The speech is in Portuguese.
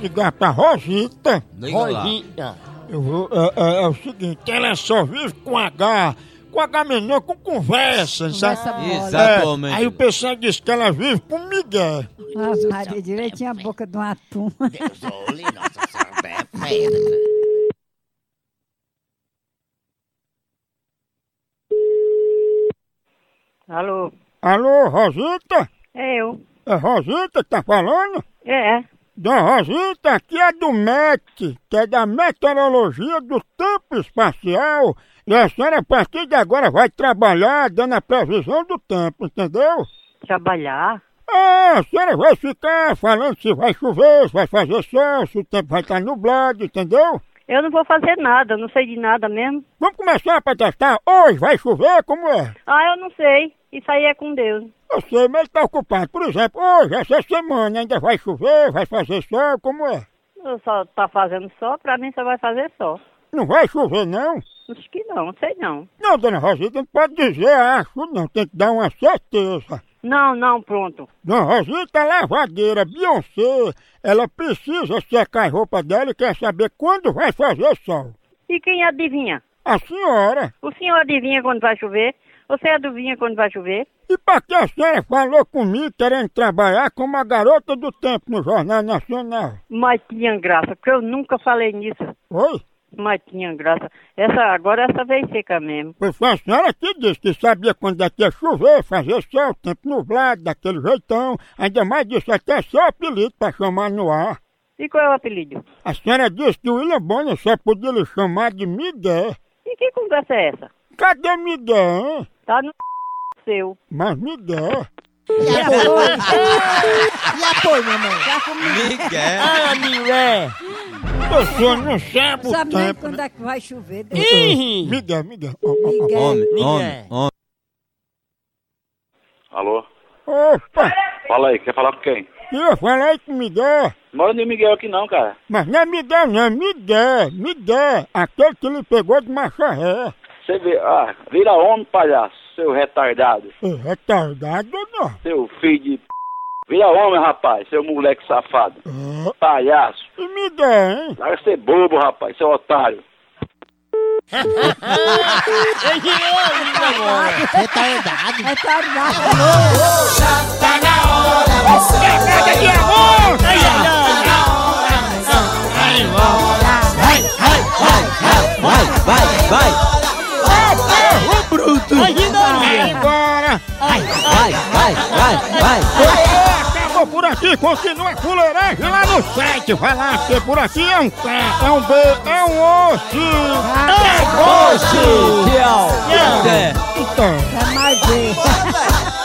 ligar pra Rosita. Liga lá. Rosita. Eu vou, é, é- é o seguinte, ela só vive com H. Com H menor, com conversa, sabe? Conversa É, mole. Exatamente. aí o pessoal diz que ela vive com Miguel. Nossa, Maria direitinho a boca de um atum. Deus olhe, nossa senhora é fera. Alô? Alô, Rosita? É eu. É Rosita que tá falando? É, é. Dona Rosita, aqui é do MET, que é da Meteorologia do Tempo Espacial. E a senhora, a partir de agora, vai trabalhar dando a previsão do tempo, entendeu? Trabalhar? Ah, a senhora vai ficar falando se vai chover, se vai fazer sol, se o tempo vai estar nublado, entendeu? Eu não vou fazer nada, eu não sei de nada mesmo. Vamos começar para testar. Hoje vai chover, como é? Ah, eu não sei. Isso aí é com Deus. Eu sei, mas ele está ocupado. Por exemplo, hoje, essa semana, ainda vai chover, vai fazer sol, como é? Eu só tá fazendo só, pra mim só vai fazer só. Não vai chover, não? Acho que não, sei não. Não, dona Rosita, não pode dizer acho, não. Tem que dar uma certeza. Não, não, pronto. Dona Rosita é lavadeira, Beyoncé. Ela precisa secar a roupa dela e quer saber quando vai fazer sol. E quem adivinha? A senhora. O senhor adivinha quando vai chover? Você adivinha quando vai chover? E pra que a senhora falou comigo querendo trabalhar como a garota do tempo no Jornal Nacional? Mas tinha graça, porque eu nunca falei nisso. Oi? Mas tinha graça. Essa, agora essa vez seca mesmo. Pois foi a senhora que disse que sabia quando daqui ia chover, fazer sol, tempo nublado, daquele jeitão. Ainda mais disse até seu apelido pra chamar no ar. E qual é o apelido? A senhora disse que o William Bonner só podia lhe chamar de Miguel. E que conversa é essa? Cadê Miguel, hein? Tá no seu. Mas Miguel... E apoio, E apoio, mamãe? Miguel. Ah, Miguel! Você não sabe o sabe nem tempo. quando é que vai chover. Deus. Ih! Miguel, Miguel. Ó, ó, ó. Ninguém. Homem, Miguel. homem, homem. Alô? Opa! Fala aí, quer falar com quem? Eu falei com Miguel. Mora nem Miguel aqui não, cara. Mas não é Miguel, não. é Miguel, Miguel. Aquele que lhe pegou de macha ré. Você vê, ah, vira homem, palhaço, seu retardado, Ei, É Retardado não. seu filho de p... Vira homem, rapaz, seu moleque safado, É. palhaço. E Miguel, hein? Larga ser bobo, rapaz, seu otário. Retardado. É tardado. Pegada de amor! Tá Vai, vai, vai, Vai Tá embora! vai, vai, vai, vai. Acabou por aqui, continua a fuleiragem lá no site. Vai lá, porque por aqui é um K, é um B, é um osso. É Oxi, tchau. Então... É mais ver.